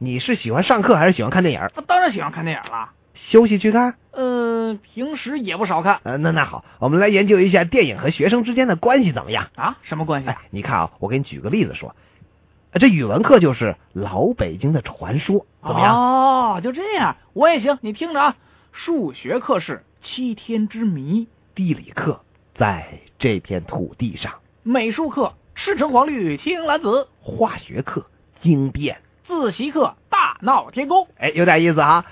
你是喜欢上课还是喜欢看电影儿？那当然喜欢看电影了。休息去看？呃，平时也不少看呃，那那好，我们来研究一下电影和学生之间的关系怎么样？啊。什么关系哎啊？，你看啊，我给你举个例子说，呃这语文课就是老北京的传说，怎么样？哦，就这样，我也行。你听着啊，数学课是七天之谜，地理课在这片土地上，美术课赤橙黄绿青蓝紫，化学课经变，自习课大闹天宫，哎，有点意思啊。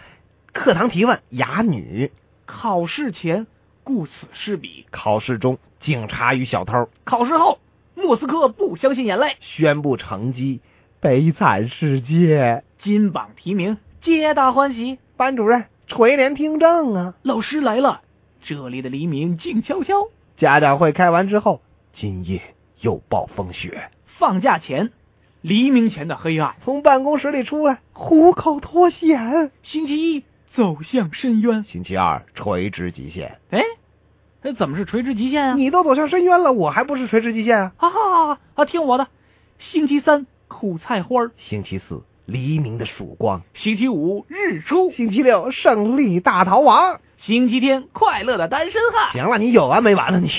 课堂提问，哑女；考试前顾此失彼，考试中，警察与小偷；考试后莫斯科不相信眼泪，宣布成绩，悲惨世界。金榜题名，皆大欢喜。班主任垂帘听政啊。老师来了，这里的黎明静悄悄。家长会开完之后，今夜又暴风雪。放假前，黎明前的黑暗，从办公室里出来，虎口脱险。星期一走向深渊。星期二垂直极限，哎，那怎么是垂直极限啊？你都走向深渊了，我还不是垂直极限啊？啊啊啊！听我的，星期三苦菜花儿，星期四黎明的曙光，星期五日出，星期六胜利大逃亡。星期天快乐的单身汉。行了，你有完没完了你？